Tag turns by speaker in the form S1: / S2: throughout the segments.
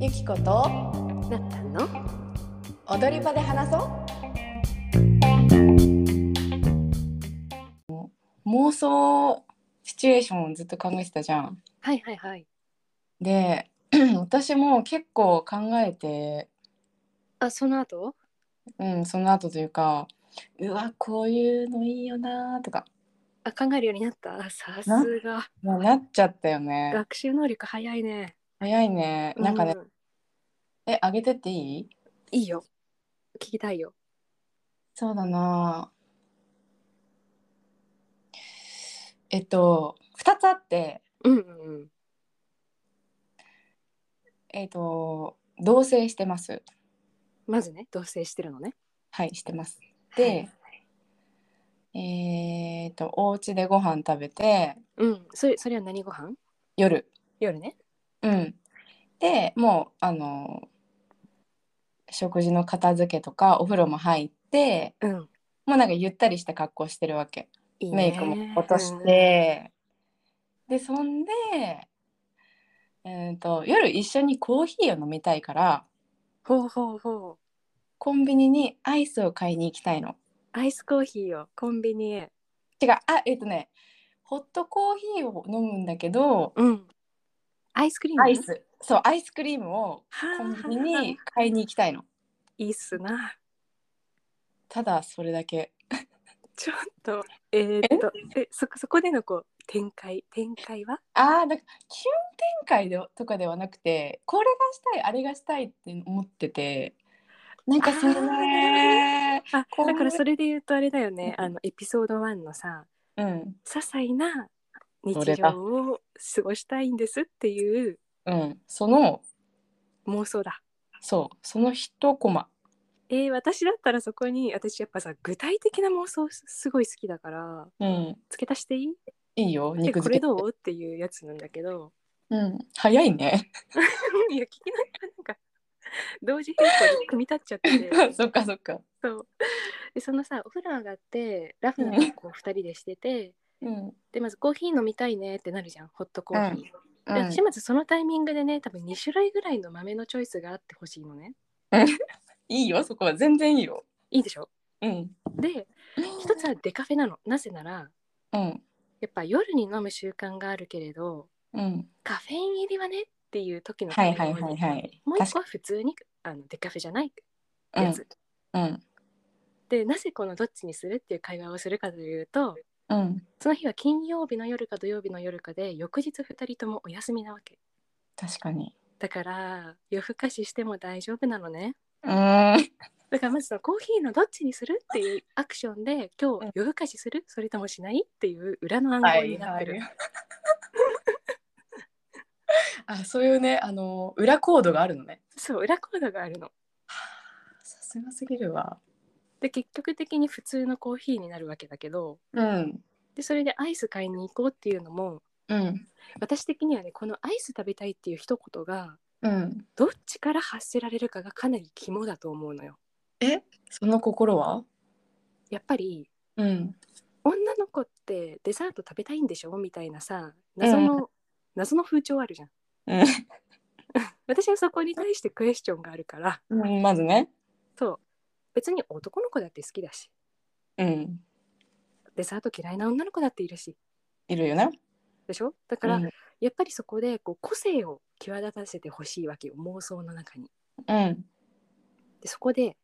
S1: ゆきこと
S2: なったの
S1: 踊り場で話そう妄想シチュエーションをずっと考えてたじゃん。
S2: はいはいはい
S1: で 私も結構考えて、
S2: あその後
S1: うん、その後というかうわこういうのいいよなとか、
S2: あ考えるようになったさすが
S1: まあ、なっちゃったよね
S2: 学習能力早いね
S1: 早いねなんかね、
S2: う
S1: えあげてっていい
S2: いいよ聞きたいよ
S1: そうだなえっと2つあって
S2: うんうんうん
S1: えっと同棲してます
S2: まずね同棲してるのね
S1: はいしてますで、えっとお家でご飯食べて
S2: うんそれそれは何ご飯
S1: 夜
S2: 夜ね
S1: うんでもうあの食事の片付けとかお風呂も入って
S2: うん
S1: もうなんかゆったりした格好してるわけ
S2: いいね
S1: メイクも落として、でそんで、えー、と夜一緒にコーヒーを飲みたいから
S2: うんほうほうほう
S1: コンビニにアイスを買いに行きたいの
S2: アイスコーヒーをコンビニへ
S1: 違うあえっ、とねホットコーヒーを飲むんだけど
S2: うんアイスクリーム
S1: アイスそうアイスクリームをコ
S2: コ
S1: ンビニに買いに行きたいの
S2: いいっすな
S1: ただそれだけ
S2: ちょっとえー、っとえそそこでのこう展開展開は
S1: あーだから急展開でとかではなくてこれがしたいあれがしたいって思っててなんかそれね
S2: あ
S1: こう
S2: だからそれで言うとあれだよねあのエピソード1のさ
S1: うん
S2: 些細な
S1: そ
S2: 日
S1: れだ
S2: 常を過ごしたいんですっていう
S1: うんその
S2: 妄想だ。
S1: そうその一コマ
S2: えー私だったらそこに私やっぱさ具体的な妄想すすごい好きだから
S1: うん
S2: 付け足していい
S1: いいよ
S2: え
S1: 肉
S2: こ
S1: 付
S2: れ
S1: け
S2: どうっていうやつなんだけど
S1: うん早いね
S2: いや聞きながらなんか同時並行で組み立っちゃって
S1: そっかそっか
S2: そうでそのさお風呂上がってラフな格好を2人でしてて、
S1: うん
S2: でまずコーヒー飲みたいねってなるじゃんホットコーヒー。
S1: うん
S2: で私まずそのタイミングでね多分2種類ぐらいの豆のチョイスがあってほしいのね
S1: いいよそこは全然いいよ
S2: いいでしょ
S1: うん
S2: で一つはデカフェなのなぜなら
S1: うん
S2: やっぱ夜に飲む習慣があるけれど
S1: うん
S2: カフェイン入りはねっていう時の
S1: はいはいはいはい
S2: もう一
S1: 確
S2: 個
S1: か
S2: は普通にあのデカフェじゃない
S1: に
S2: やつ、
S1: うん
S2: でなぜこのどっちにするっていう会話をするかというと
S1: うん
S2: その日は金曜日の夜か土曜日の夜かで翌日2人ともお休みなわけ
S1: 確かに
S2: だから夜更かししても大丈夫なのね
S1: うーん
S2: だからまずそのコーヒーのどっちにするっていうアクションで今日夜更かしするそれともしないっていう裏の暗号になってる、
S1: あそういうねあの裏コードがあるのね
S2: そう裏コードがあるの
S1: さすがすぎるわ
S2: で結局的に普通のコーヒーになるわけだけど
S1: うん
S2: でそれでアイス買いに行こうっていうのも
S1: うん
S2: 私的にはねこのアイス食べたいっていう一言が
S1: うん
S2: どっちから発せられるかがかなり肝だと思うのよ
S1: えその心は
S2: やっぱり
S1: うん
S2: 女の子ってデザート食べたいんでしょみたいなさ謎の、謎の風潮あるじゃん
S1: うん
S2: 私はそこに対してクエスチョンがあるから
S1: うんまずね
S2: そう別に男の子だって好きだし
S1: うん
S2: デザート嫌いな女の子だっているし
S1: いるよね
S2: でしょだから、
S1: うん
S2: やっぱりそこでこう個性を際立たせてほしいわけよ妄想の中に
S1: うん
S2: でそこで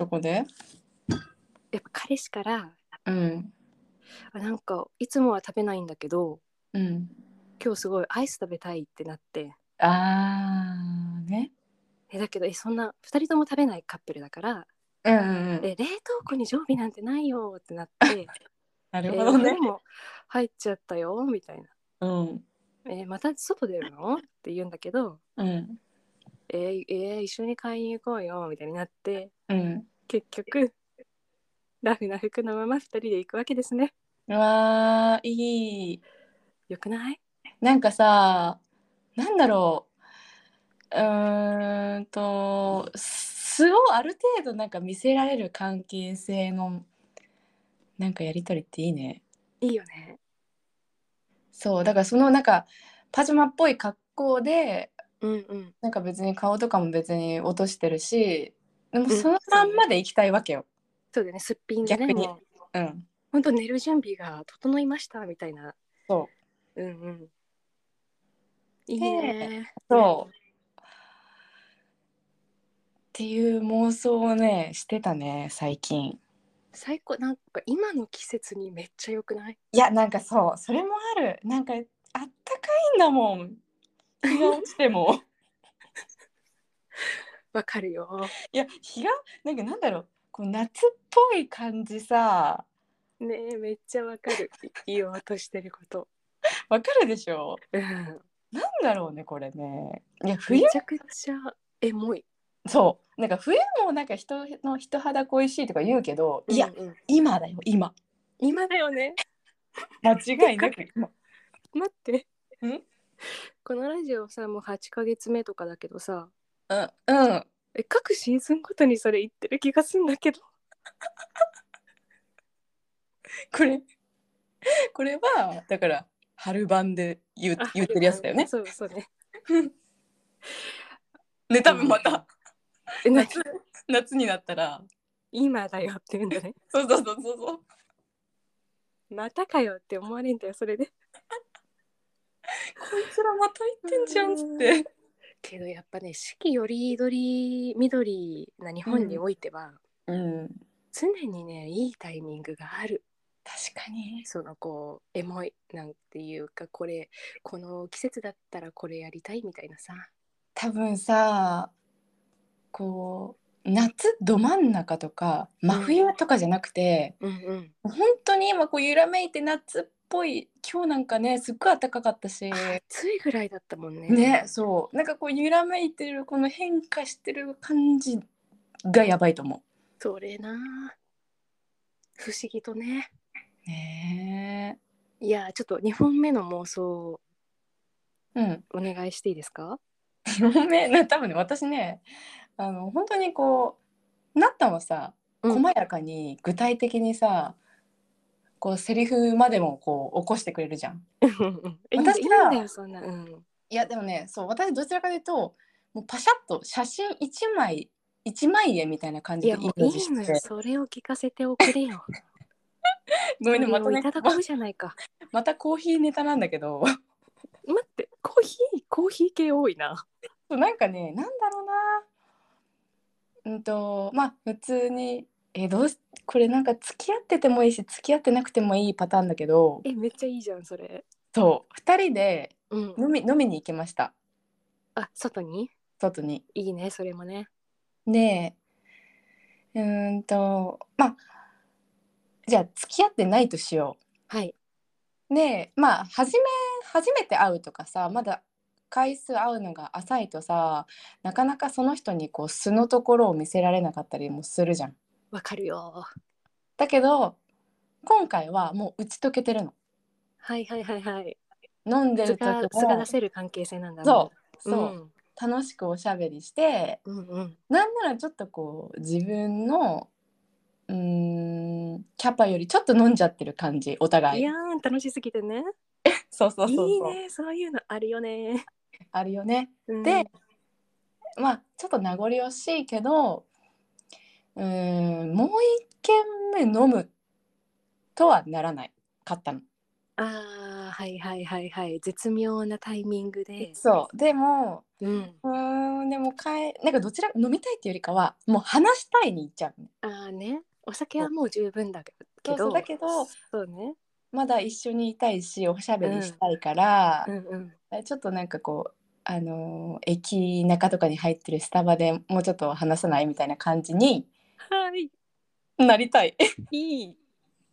S1: そこで
S2: やっぱ彼氏から
S1: うん
S2: あなんかいつもは食べないんだけど
S1: うん
S2: 今日すごいアイス食べたいってなって
S1: あーね
S2: えだけどえそんな2人とも食べないカップルだから
S1: うんうんうん
S2: え冷凍庫に常備なんてないよってなって、
S1: な
S2: え
S1: るほ
S2: お
S1: ど
S2: 風
S1: ね
S2: 呂も入っちゃったよみたいな、
S1: うん
S2: えまた外出るのって言うんだけど
S1: うん
S2: えーえー一緒に買いに行こうよみたいになって
S1: うん
S2: 結局ラフな服のまま2人で行くわけですね
S1: うわーいい
S2: よくない
S1: なんかさなんだろううーんと素をある程度なんか見せられる関係性のなんかやりとりっていいね
S2: いいよね
S1: そうだからそのなんかパジャマっぽい格好で
S2: うんうん
S1: なんか別に顔とかも別に落としてるしでもそのまんまで行きたいわけよ。
S2: そうだよねすっぴんでね
S1: 逆に
S2: もう
S1: うん、
S2: ほんと寝る準備が整いましたみたいな
S1: そう
S2: うんうんいいね
S1: そうっていう妄想をねしてたね最近。
S2: 最高なんか今の季節にめっちゃ良くない
S1: いやなんかそうそれもあるなんかあったかいんだもん日が落ちて も
S2: わかるよ
S1: いや日がなんかなんだろうこう夏っぽい感じさ
S2: ねえめっちゃわかる言おうとしてること
S1: わかるでしょ
S2: うん
S1: なんだろうねこれねいや冬
S2: めちゃくちゃエモい
S1: そうなんか冬もなんか人の人肌恋しいとか言うけど、いや
S2: うんうん
S1: 今だよ今
S2: 今だよね
S1: 間違いなく今
S2: 待って
S1: ん
S2: このラジオさもう8ヶ月目とかだけどさ
S1: うんうん
S2: え各シーズンごとにそれ言ってる気がすんだけど
S1: これこれはだから春版で言う
S2: あ
S1: 言ってるやつだよね
S2: そうそうね
S1: ね多分また
S2: えな
S1: 夏夏になったら
S2: 今だよって言うんだね
S1: そうそうそうそうそう
S2: またかよって思われんだよそれで
S1: こいつらまた行ってんじゃんっつっ
S2: う
S1: て
S2: けどやっぱね四季よりどり緑な日本においては、
S1: うん
S2: 常にねいいタイミングがある
S1: 確かに
S2: そのこうエモいなんていうかこれこの季節だったらこれやりたいみたいなさ
S1: 多分さこう夏ど真ん中とか真冬とかじゃなくて、
S2: うんうん
S1: 本当に今こう揺らめいて夏っぽい今日なんかねすっごい暖かかったし
S2: 暑いぐらいだったもんね
S1: ねそうなんかこう揺らめいてるこの変化してる感じがやばいと思
S2: それな不思議とね
S1: う。ね
S2: いやちょっと2本目の妄想を
S1: えうん
S2: お願いしていいですか
S1: ごめんね多分ね私ねあの本当にこうなったんはさ
S2: うん
S1: 細やかに具体的にさ、こうセリフまでもこう起こしてくれるじゃん。
S2: えいいんだ
S1: 私が
S2: いいんだよそんなうん
S1: いやでもねそう私どちらかというともうパシャッと写真1枚1枚絵みたいな感
S2: い
S1: じで
S2: や
S1: イメ
S2: もう
S1: ージ
S2: いい
S1: し
S2: の
S1: て
S2: よそれを聞かせておくれ よ
S1: ごめんねま
S2: そ
S1: た
S2: れを
S1: ね
S2: いただこうじゃないか
S1: ままたコーヒーネタなんだけど
S2: 待ってコーヒーコーヒー系多いな
S1: そうなんかねなんだろうなうんとまあ普通にえどうしこれなんか付き合っててもいいし付き合ってなくてもいいパターンだけど
S2: えめっちゃいいじゃんそれ
S1: そう2人で
S2: うん
S1: 飲み飲みに行きました
S2: あ外に
S1: 外に。
S2: いいねそれもね
S1: でうーんとまあじゃあ付き合ってないとしよ
S2: はい、
S1: う。でまあ初め初めて会うとかさまだ回数会うのが浅いとさなかなかその人にこう素のところを見せられなかったりもするじゃん。
S2: わかるよ。
S1: だけど今回はもう打ち解けてるの。
S2: はいはいはいはい。
S1: 飲んで
S2: 素
S1: る時
S2: が
S1: も
S2: 素が出せる関係性なんだ。
S1: そううそう、楽しくおしゃべりして
S2: う。うんうん。
S1: なんならちょっとこう自分のうーんキャパよりちょっと飲んじゃってる感じお互
S2: い
S1: い
S2: やーん楽しすぎてね。
S1: そうそうそうそう
S2: いいねそういうのあるよね。
S1: あるよね
S2: うん
S1: でまあちょっと名残惜しいけどうーんもう一軒目飲むとはならないかったの。
S2: ああはいはいはいはい絶妙なタイミングで。
S1: そうでも
S2: うん。
S1: うーんでもかえなんかどちら飲みたいっていうよりかはもう話したいに行っちゃうの
S2: ああねお酒はもう十分だけど。
S1: そうそうだけど
S2: そうね。
S1: まだ一緒にいたいしおしゃべりしたいから、
S2: うんうん。
S1: ちょっとなんかこう、あのー駅中とかに入ってるスタバでもうちょっと話さないみたいな感じに
S2: はい
S1: な りたい。
S2: い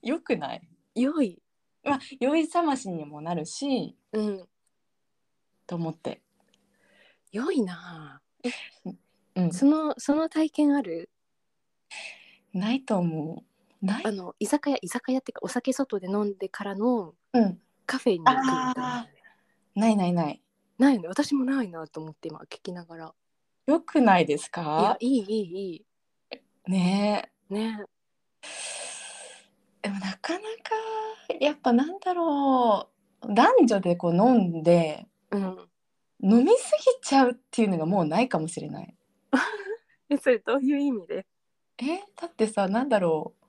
S1: よくない、
S2: い良い。
S1: まあ、酔い覚ましにもなるし
S2: うん
S1: と思って。
S2: 良いな
S1: うん
S2: あ。、そのその体験ある
S1: ないと思う。ない
S2: あの居酒屋居酒屋っていうかお酒外で飲んでからの
S1: うん。
S2: カフェに行くみたいな
S1: あないないない。
S2: ないよね私もないなと思って今聞きながら
S1: よくないです
S2: いや
S1: か
S2: いいいいい
S1: ね
S2: いね
S1: え。でもなかなかやっぱなんだろう男女でこう飲んで
S2: うん。
S1: 飲みすぎちゃうっていうのがもうないかもしれない
S2: え、それどういう意味で
S1: えだってさなんだろう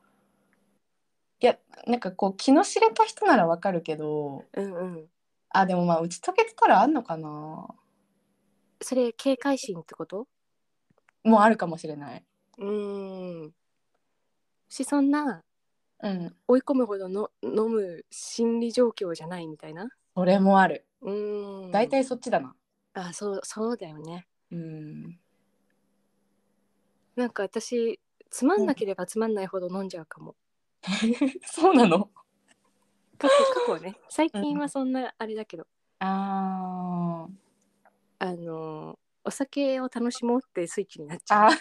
S1: いやなんかこう気の知れた人ならわかるけど
S2: うんうん。
S1: あでもまあ打ち解けてたらあんのかな
S2: それ、警戒心ってこと
S1: もうあるかもしれない
S2: うん。し、そんな
S1: うん
S2: 追い込むほどの飲む心理状況じゃないみたいな。
S1: それもある
S2: うん。
S1: 大体そっちだな
S2: あ、そう、そうだよね。
S1: うん
S2: なんか私、つまんなければつまんないほど飲んじゃうかも。
S1: そうなの
S2: 過去、過去はね。最近はそんなあれだけど、
S1: あー
S2: あのー、お酒を楽しもうってスイッチになっちゃ
S1: あー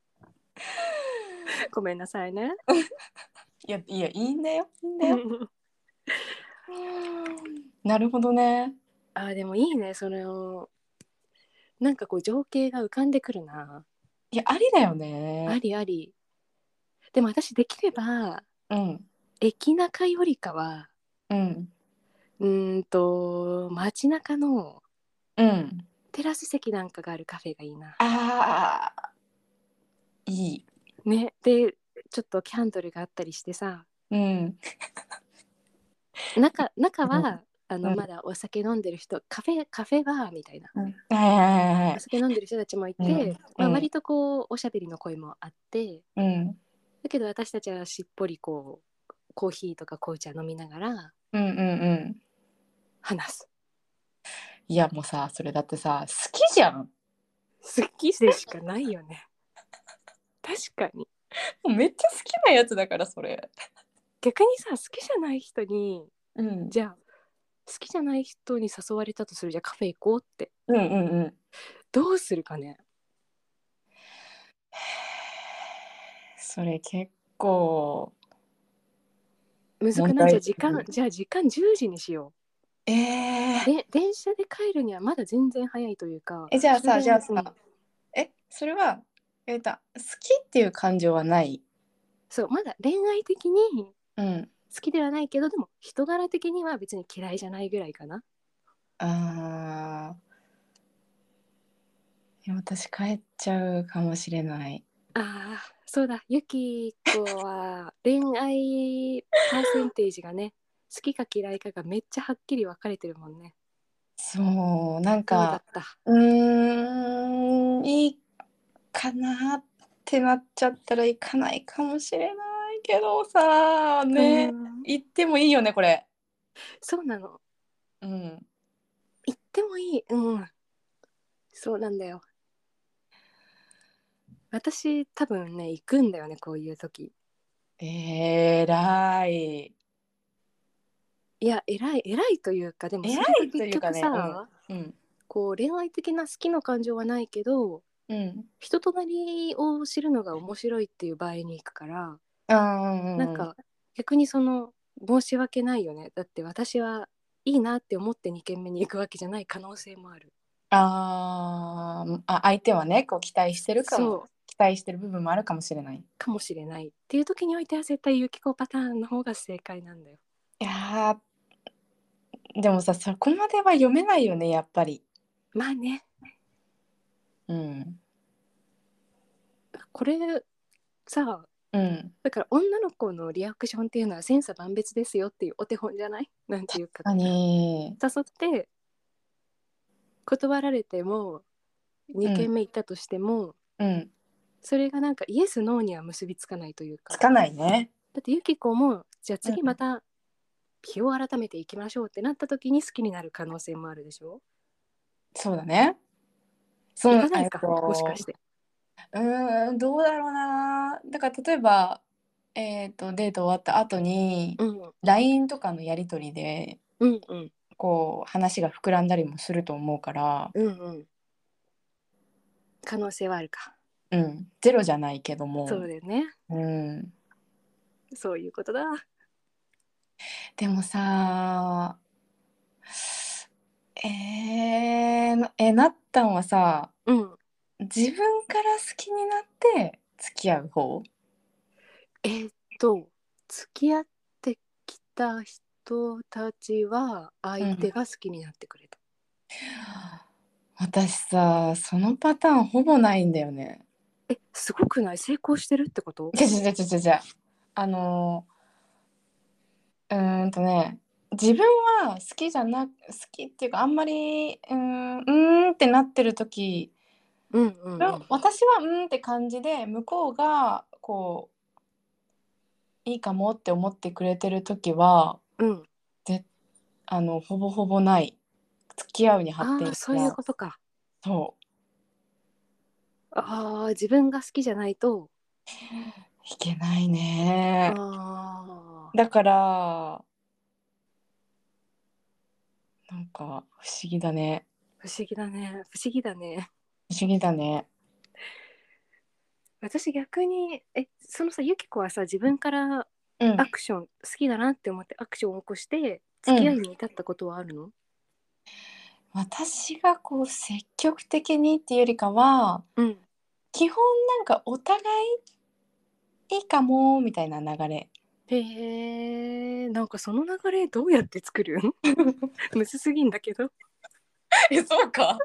S2: う。ごめんなさいね。
S1: いやいやいいんだよいいんだよ、なるほどね
S2: あーでもいいねそれをなんかこう情景が浮かんでくるない
S1: やありだよね
S2: ありありでも私できれば
S1: うん
S2: 駅中よりかは
S1: うん
S2: うーんと街中の
S1: うん
S2: テラス席なんかがあるカフェがいいな
S1: あーいい
S2: ねでちょっとキャンドルがあったりしてさ
S1: うん
S2: 中中は、
S1: うん
S2: あの
S1: うん
S2: まだお酒飲んでる人カフェカフェバーみたいな、
S1: はいはいはいは
S2: お
S1: い
S2: 酒飲んでる人たちもいて、
S1: うん
S2: まあ、
S1: うん
S2: 割とこうおしゃべりの声もあって、
S1: うん
S2: だけど私たちはしっぽりこうコーヒーとか紅茶飲みながら
S1: うんうんうん
S2: 話す
S1: いやもうさそれだってさ好きじゃん
S2: すっきりでしかないよね確かに
S1: もうめっちゃ好きなやつだからそれ
S2: 逆にさ好きじゃない人に
S1: うん
S2: じゃあ好きじゃない人に誘われたとするじゃあカフェ行こうって
S1: うんうんうん
S2: どうするかね
S1: それ結構
S2: むずくないじゃあ時間じゃあ時間10時にしよう
S1: えー、
S2: で電車で帰るにはまだ全然早いというか
S1: えじゃあ
S2: それ
S1: さ
S2: で
S1: じゃあ
S2: うん
S1: さえそれはえっと好きっていう感情はない
S2: そうまだ恋愛的に
S1: うん
S2: 好きではないけどでも人柄的には別に嫌いじゃないぐらいかな
S1: あーいや私帰っちゃうかもしれない
S2: ああそうだゆき子は恋愛パーセンテージがね 好きか嫌いかがめっちゃはっきり分かれてるもんね
S1: そうなん
S2: そうだ
S1: か
S2: った
S1: うーんいいかなってなっちゃったら行かないかもしれないけどさね
S2: うん
S1: 行ってもいいよねこれ
S2: そうなの
S1: うん
S2: 言ってもいいうんそうなんだよ私多分ね行くんだよねこういう時
S1: えらい
S2: いや偉い偉いというかでもそれが
S1: 偉いというかね
S2: 結局さ
S1: うん
S2: こう恋愛的な好きの感情はないけど
S1: うん
S2: 人となりを知るのが面白いっていう場合に行くから
S1: あ
S2: なんか逆にその申し訳ないよねだって私はいいなって思って2軒目に行くわけじゃない可能性もある
S1: あーあ相手はねこう期待してるかも
S2: そう
S1: 期待してる部分もあるかもしれない
S2: かもしれないっていう時においては絶対有機子パターンの方が正解なんだよ
S1: いやーでもさそこまでは読めないよねやっぱり
S2: まあね
S1: うん
S2: これさ
S1: うん
S2: だから女の子のリアクションっていうのは千差万別ですよっていうお手本じゃないなんていうか
S1: 何
S2: 誘って断られても2軒目行ったとしても、
S1: うん
S2: それがなんかイエスノーには結びつかないというか
S1: つかないね
S2: だってユキコもじゃあ次
S1: うん
S2: また日を改めていきましょうってなった時に好きになる可能性もあるでしょ
S1: そうだねそ
S2: 行かないか
S1: えっと
S2: もしかして
S1: うーんどうだろうなだから例えばえっ、とデート終わった後に
S2: うんうん
S1: LINE とかのやり取りで
S2: うんうん
S1: こう話が膨らんだりもすると思うから
S2: うん可能性はあるか、
S1: うんゼロじゃないけども
S2: そうだよね
S1: うん
S2: そういうことだ
S1: でもさえー、なえなったんはさ
S2: うん
S1: 自分から好きになって付き合う方
S2: えーっと付き合ってきた人人たちは相手が好きになってくれた、
S1: 私さそのパターンほぼないんだよね。
S2: えすごくない成功してるってこと
S1: じゃじゃじゃじゃじゃあのうーんとね自分は好きじゃな好きっていうかあんまりうーんうーんってなってる時、
S2: うんうん、うん、
S1: 私はうーんって感じで向こうがこういいかもって思ってくれてる時は
S2: うん
S1: あのほぼほぼない付き合うに
S2: あ
S1: 発展
S2: ーそういうことか
S1: そう
S2: あー自分が好きじゃないと
S1: いけないね
S2: あー
S1: だからなんか不思議だね
S2: 不思議だね不思議だね
S1: 不思議だね
S2: 私逆にえそのさゆき子はさ自分から
S1: うん
S2: アクション、好きだなって思ってアクションを起こして付き合いに至ったことはあるの、
S1: 私がこう積極的にっていうよりかは
S2: うん、
S1: 基本なんかお互いいいかもみたいな流れ
S2: へえんかその流れどうやって作 るんむずすぎんだけど
S1: えそうか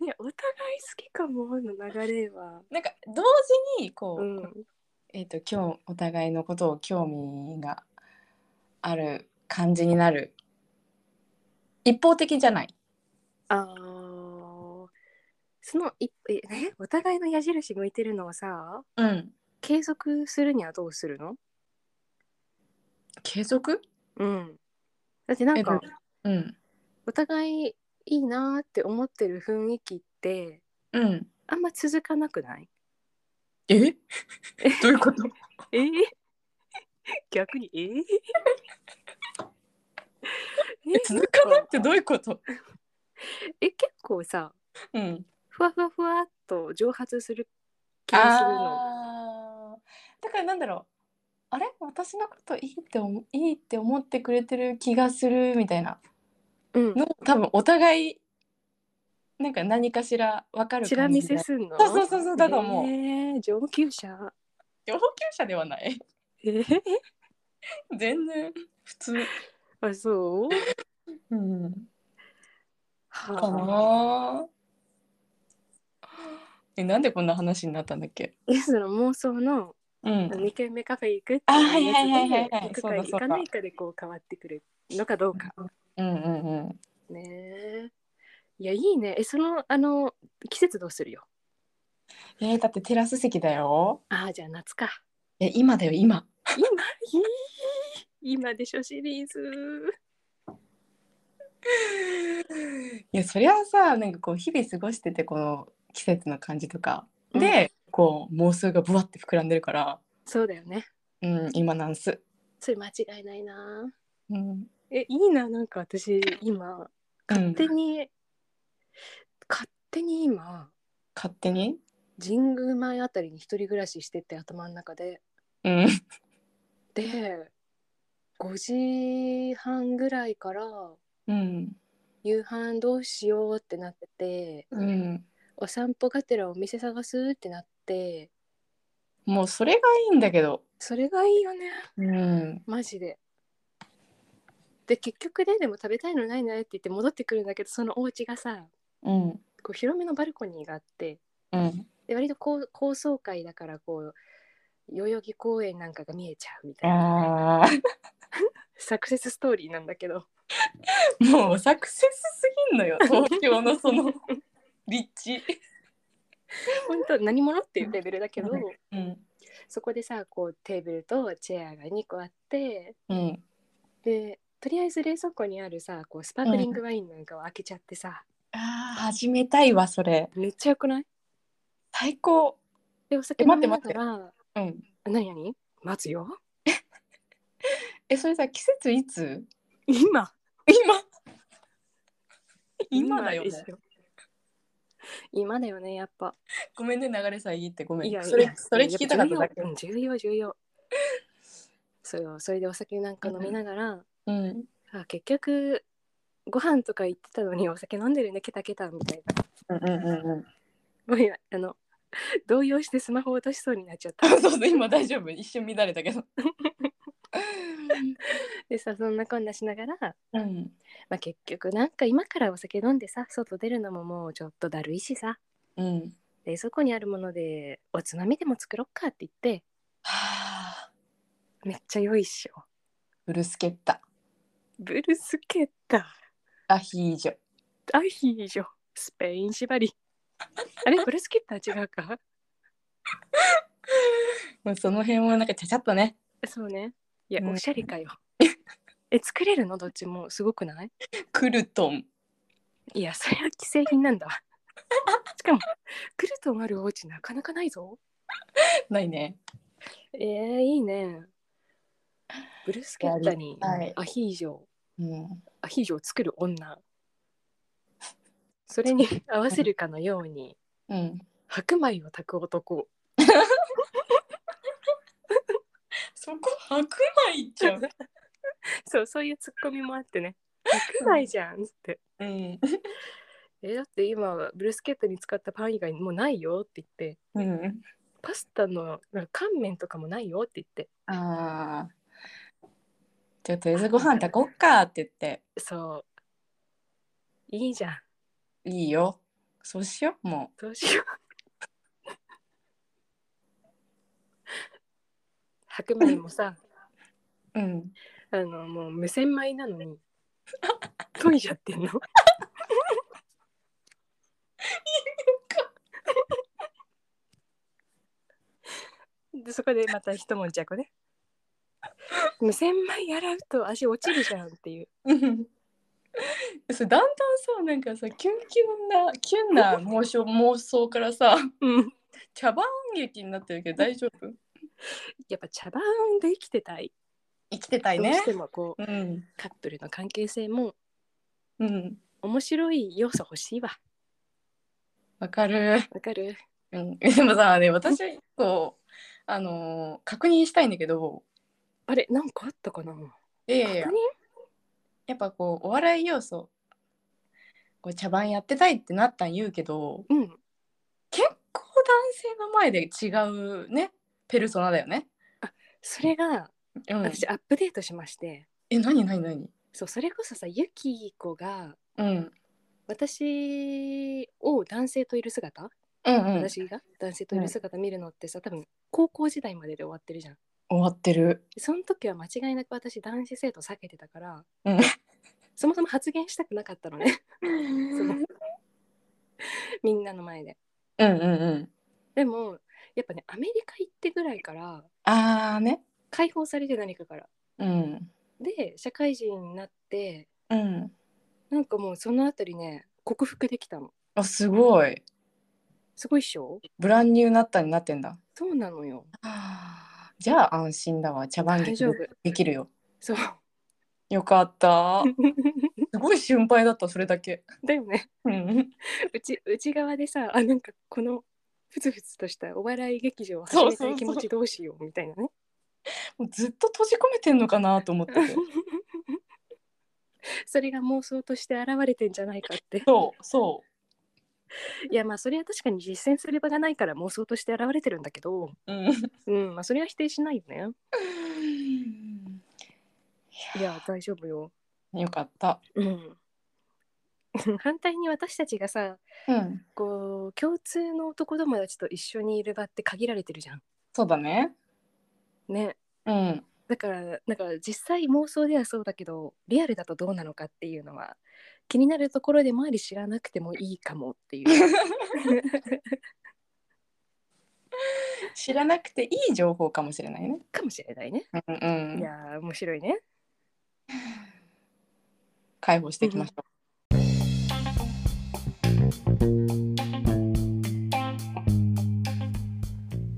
S2: いやお互い好きかもの流れは
S1: なんか同時にこう、
S2: うん
S1: えっ、と今日お互いのことを興味がある感じになる一方的じゃない
S2: あーそのいええお互いの矢印向いてるのをさ
S1: うん
S2: 継続するにはどうするの
S1: 継続
S2: うんだってなんか
S1: えうん
S2: お互いいいなーって思ってる雰囲気って
S1: うん
S2: あんま続かなくない
S1: え どういうこと
S2: えー、逆 にえー、え
S1: 続かないってどういうこと
S2: え結構さ
S1: うん
S2: ふわふわふわっと蒸発する気がするの
S1: あーだからなんだろうあれ私のこといいって思いいって思ってくれてる気がするみたいな
S2: うん
S1: の多分お互いなんか何かしら分かる
S2: チラ
S1: 感じ
S2: 見
S1: で
S2: せすんの
S1: そうそうそうそうだと思う
S2: えー、上級者
S1: 上級者ではない
S2: えー、
S1: 全然普通
S2: あそう
S1: うん
S2: は
S1: かなえなんでこんな話になったんだっけ
S2: えその妄想の
S1: うん
S2: 2軒目カフェ行くって
S1: あ
S2: いう
S1: はいはいはいはいはい
S2: 行く
S1: そう
S2: か
S1: だそう
S2: 行
S1: だ
S2: かないかでこう変わってくるのかどうか
S1: うんうんうん
S2: ねえいやいいねえそのあの季節どうするよ
S1: えーだってテラス席だよ
S2: ああじゃあ夏か
S1: え今だよ今
S2: 今いい今でしょシリーズ
S1: いやそりゃさなんかこう日々過ごしててこの季節の感じとかで、こう妄想がぶわって膨らんでるから、
S2: そうだよね
S1: うん、今なんす、
S2: それ間違いないな
S1: うん
S2: えいいななんか私今
S1: 勝
S2: 勝手に、勝手に今
S1: 勝手に、
S2: 神宮前あたりに一人暮らししてて頭の中で
S1: うん、
S2: で5時半ぐらいから
S1: うん
S2: 夕飯どうしようってなってて
S1: うん
S2: お散歩がてらお店探すってなって
S1: もうそれがいいんだけど、
S2: それがいいよね
S1: うん、
S2: マジで。で結局ねでも食べたいのないなって言って戻ってくるんだけどそのお家がさ
S1: うん
S2: こう広めのバルコニーがあって
S1: うん
S2: で割と高高層階だからこう代々木公園なんかが見えちゃうみたいな
S1: あー
S2: サクセスストーリーなんだけど
S1: もうサクセスすぎんのよ東京のその立地、
S2: 本当何者っていうレベルだけど
S1: うん
S2: そこでさこうテーブルとチェアが2個あって
S1: うん
S2: でとりあえず冷蔵庫にあるさこうスパークリングワインなんかを開けちゃってさ、
S1: あー始めたいわそれ
S2: めっちゃよくない
S1: 最高、
S2: でお酒
S1: え待
S2: 飲
S1: っ
S2: み
S1: て
S2: ながら
S1: うん、
S2: 何何待つよ
S1: えそれさ季節いつ
S2: 今
S1: 今今だよ
S2: 今
S1: ね
S2: ですよ今だよねやっぱ
S1: ごめんね流れさえいいってごめん
S2: いや
S1: それ
S2: いや
S1: それ聞きたかっただけ
S2: 重要うん重要重要それをそれでお酒なんか飲みながら、
S1: うん
S2: あ結局ご飯とか行ってたのにお酒飲んでるねケタケタみたいな
S1: うんうん
S2: ごめんあの動揺してスマホ落 としそうになっちゃっ
S1: う
S2: た
S1: んそうそう今大丈夫一瞬乱れたけど
S2: でさそんなこんなしながら、ま
S1: うん
S2: あ、結局なんか今からお酒飲んでさ外出るのももうちょっとだるいしさ
S1: うん
S2: 冷蔵庫にあるものでおつまみでも作ろっかって言って
S1: はあ
S2: めっちゃ良いっしょ
S1: ブルスケッタ
S2: ブルスケッタ
S1: アヒージョ
S2: アヒージョスペイン縛り あれブルスケッタは違うか
S1: もうその辺もなんかちゃちゃっとね
S2: そうねいや
S1: うん
S2: おしゃれかよえ作れるのどっちもすごくない
S1: クルトン
S2: いやそれは既製品なんだ わしかもクルトンあるお家なかなかないぞ
S1: ないね
S2: えー、いいねブルスケッタに
S1: やりたい
S2: アヒージョ、
S1: うん
S2: アヒージョを作る女それに 合わせるかのように
S1: うん
S2: 白米を炊く男
S1: そこ白米じゃん
S2: そうそういうツッコミもあってね白米じゃんっつって
S1: うん
S2: えだって今はブルスケッタに使ったパン以外もうないよって言って
S1: うん
S2: パスタのなんか乾麺とかもないよって言って
S1: ああじゃあとりあえずご飯炊こっかって言って
S2: そういいじゃん
S1: いいよそうしようも
S2: どうしよう白米も さ
S1: ううん
S2: あのもう無洗米なのに 研いじゃってんの でそこでまた一悶着ね無洗米洗うと味落ちるじゃんっていう
S1: うんそれだんだんさなんかさキュンキュンなキュンな妄想妄想からさ
S2: うん
S1: 茶番劇になってるけど大丈夫
S2: やっぱ茶番で生きてたい
S1: 生きてたい
S2: どう
S1: ね
S2: してもこう
S1: うん
S2: カップルの関係性も
S1: うん
S2: 面白い要素欲しいわ
S1: わかる、
S2: わかる
S1: うん、 でもさね私はこうあのー確認したいんだけど
S2: あれなんかあったかな確
S1: いやいやいや
S2: 認
S1: やっぱこうお笑い要素こう茶番やってたいってなったん言うけど
S2: うん
S1: 結構男性の前で違うねペルソナだよね。
S2: それが
S1: うん、
S2: 私アップデートしまして、
S1: え何何何
S2: そうそれこそさユキコが
S1: うん
S2: 私を男性といる姿、
S1: うんうん終
S2: 私が男性といる姿見るのってさ多分高校時代までで終わってるじゃん
S1: わってる。
S2: でその時は間違いなく私男子生徒避けてたから、
S1: うん
S2: そもそも発言したくなかったの ねそのみんなの前で
S1: うんうんうん。
S2: でもやっぱねアメリカ行ってぐらいから
S1: ああね。
S2: 解放されて何かから
S1: うん。
S2: で社会人になって
S1: うん。
S2: なんかもうそのあたりね克服できたの
S1: あすごい。
S2: すごいっしょ
S1: ブランニューなったになってんだ。
S2: そうなのよ
S1: あーじゃあ安心だわ。茶番
S2: 大
S1: 劇
S2: 丈夫
S1: できるよ。
S2: そう
S1: よかった。すごい心配だったそれだけ。
S2: だよね
S1: うん。
S2: うち内側でさあなんかこのふつふつとしたお笑い劇場を始
S1: そう
S2: め
S1: そ
S2: た
S1: うそう
S2: い気持ちどうしようみたいな ね
S1: もうずっと閉じ込めてんのかなと思ってて。
S2: それが妄想として現れてんじゃないかって
S1: そうそ
S2: いやまあそれは確かに実践する場がないから妄想として現れてるんだけど
S1: う。うん。
S2: うんまあそれは否定しないよねいや大丈夫よ
S1: よかった。
S2: うん 反対に私たちがさ
S1: うん。
S2: こう共通の男友達と一緒にいる場って限られてるじゃん
S1: そうだね。
S2: ね
S1: うん。
S2: だからなんか実際妄想ではそうだけどリアルだとどうなのかっていうのは気になるところでもあり知らなくてもいいかもっていう
S1: 知らなくていい情報かもしれないね。
S2: かもしれないね、
S1: うんうん。
S2: いやー面白いね
S1: 解放していきましょ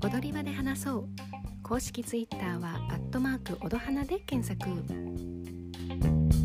S3: 踊り場で話そう公式ツイッターはアットマークおどはなで検索
S1: う。